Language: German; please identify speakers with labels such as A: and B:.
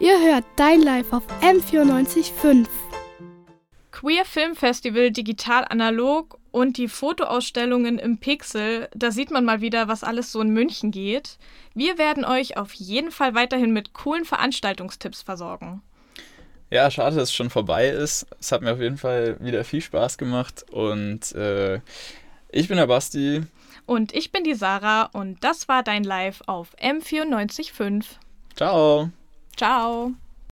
A: Ihr hört Dein Live auf M94.5.
B: Queer Film Festival digital analog und die Fotoausstellungen im Pixel, da sieht man mal wieder, was alles so in München geht. Wir werden euch auf jeden Fall weiterhin mit coolen Veranstaltungstipps versorgen.
C: Ja, schade, dass es schon vorbei ist. Es hat mir auf jeden Fall wieder viel Spaß gemacht und äh, ich bin der Basti.
B: Und ich bin die Sarah und das war dein Live auf M94.5.
C: Ciao.
B: Ciao.